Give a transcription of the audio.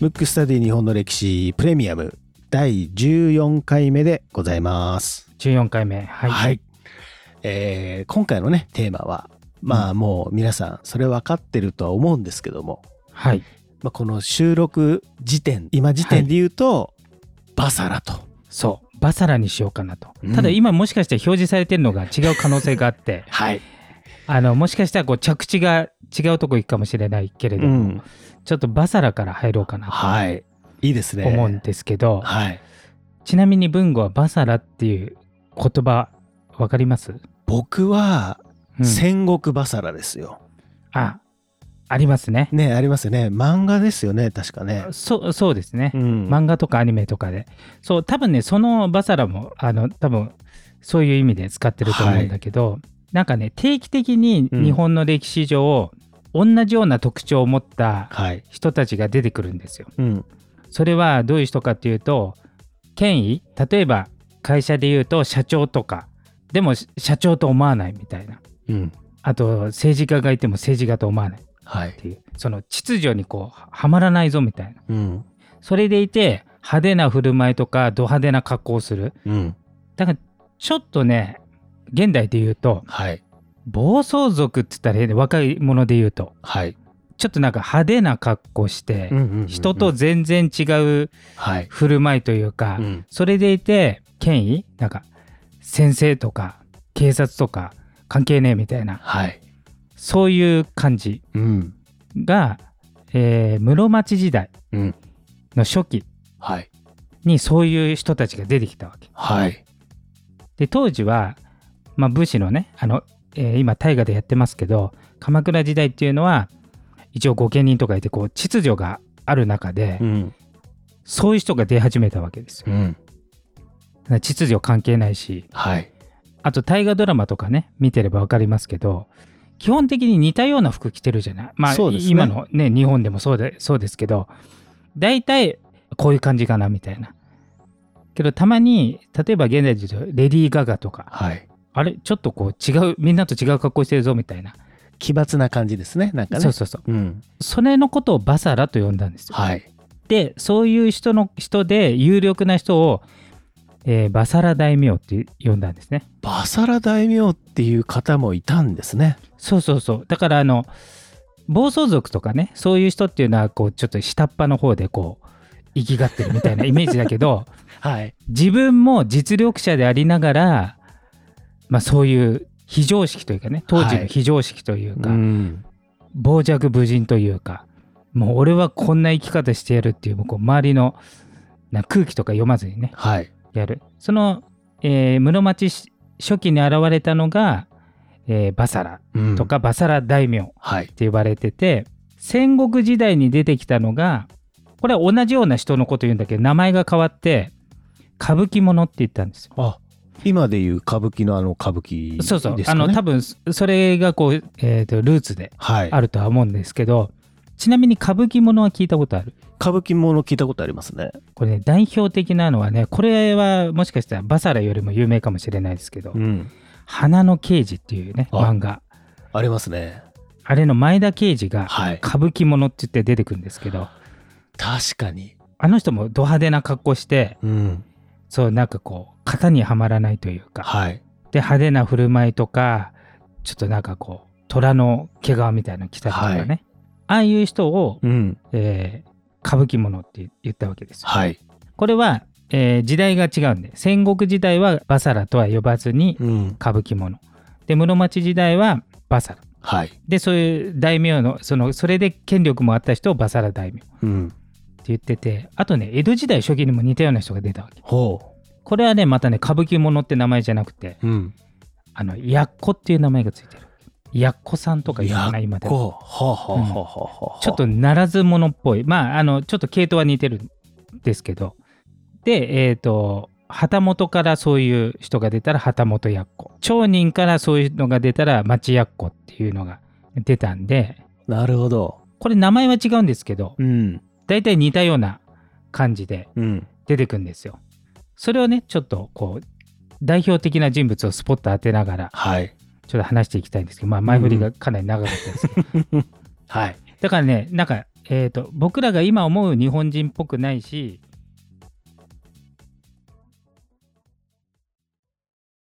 ムックスタディ日本の歴史プレミアム第14回目でございます。 14回目。はい。えー今回のね、テーマは、まあもう皆さんそれ分かってるとは思うんですけども、はい。まあ、この収録時点、今時点で言うと、バサラと。そう。バサラにしようかなとうん。ただ今もしかして表示されてるのが違う可能性が あって、はい。あの、もしかしたらこう着地が違うとこ行くかもしれないけれどうも、ん。ちょっとバサラから入ろうかなはい。いいですね。と思うんですけど、はい。ちなみに文語はバサラっていう言葉、わかります、僕は、うん戦国バサラですよ。あ、ありますね。ね、ありますよね。漫画ですよね、確かね。そう、そうですね。うん漫画とかアニメとかで。そう、多分ね、そのバサラも、あの、多分、そういう意味で使ってると思うんだけど、なんかね、定期的にうん日本の歴史上、同じような特徴を持ったはい。人たちが出てくるんですよ。うん。それはどういう人かっていうと、権威例えば、会社で言うと社長とか、でもし社長と思わないみたいな。うん。あと、政治家がいても政治家と思わないっはい。ていう、その秩序にこう、はまらないぞみたいな。うん。それでいて派手な振る舞いとかド派手な格好をする。うん。だからちょっとね、現代で言うと、はい。暴走族って言ったら変で若い者で言うと、はい。ちょっとなんか派手な格好して、ん人と、全然違うはい。振る舞いというか、うん。それでいて、権威なんか、先生とか、警察とか、関係ねえみたいな、はい。そういう感じうん。が、えー室町時代うん。の初期はい。にそういう人たちが出てきたわけ。はい。で当時は、まあ、武士のねあの、えー今大河でやってますけど鎌倉時代っていうのは一応御家人とかいてこう秩序がある中で、ん。そういう人が出始めたわけですよ。うん。秩序関係ないしはい。あと大河ドラマとかね見てれば分かりますけど基本的に似たような服着てるじゃない。まあ、そうですね今のね日本でもそうでそうですけど大体こういう感じかなみたいな。けどたまに例えば現代で言うとレディー・ガガとかはい。あれちょっとこう違うみんなと違う格好してるぞみたいな、奇抜な感じですね。なんかね。そうそうそううん。それのことをバサラと呼んだんですよ、はい。でそういう人の人で有力な人を、えーバサラ大名って呼んだんですねバサラ大名っていう方もいたんですね。そうそうそうだからあの暴走族とかねそういう人っていうのはこうちょっと下っ端の方でこう生きがってるみたい なイメージだけどはい。自分も実力者でありながらまあそういう非常識というかね当時の非常識というか、ん。傍若無人というかもう俺はこんな生き方してやるっていうこう周りのな空気とか読まずにねはい。やるその、えー室町し初期に現れたのが、えーバサラうんと。かバサラ大名っはい。て呼ばれてて、戦国時代に出てきたのがこれは同じような人のこと言うんだけど名前が変わって歌舞伎者って言ったんですよ。あ、今でいう歌舞伎のあの歌舞伎ですそかうね。そう、あの多分そそれがこう、えーとルーツではい。あるとは思うんですけどちなみに歌舞伎者は聞いたことある歌舞伎もの聞いたことありますね。これね代表的なのはねこれはもしかしたらバサラよりも有名かもしれないですけど「ん。花の刑事」っていうねあ漫画ありますね。あれの前田刑事がはい。歌舞伎者って言って出てくるんですけど確かに。あの人もド派手な格好してうん。そうなんかこう型にはまらないというかはい。で派手な振る舞いとかちょっとなんかこう虎の毛皮みたいなの着たりとかね、はいああいう人を、うん。えー歌舞伎者って言ったわけですよ。はい。これは、えー時代が違うんで戦国時代はバサラとは呼ばずにうん。歌舞伎者で室町時代はバサラはい。でそういう大名のそのそれで権力もあった人をバサラ大名ってうん。言っててあとね江戸時代初期にも似たような人が出たわけほこれはねまたね歌舞伎者って名前じゃなくてう。うん。あのやっこっていう名前がついてるやっこさんとか言うやかっな今でこ。はあはあはあはあはあちょっと。ならず者っぽいまああのちょっと系統は似てるんですけどでえっ、と旗本からそういう人が出たら旗本やっこ町人からそういうのが出たら町やっこっていうのが出たんでなるほど。これ名前は違うんですけどうん。大体似たような感じでうん。出てくんですよ。それをねちょっとこう代表的な人物をスポッと当てながらはい。ちょっと話していきたいんですけど、まあ、前振りがかなり長かったですけど、はい。だからねなんか、えー、と僕らが今思う日本人っぽくないし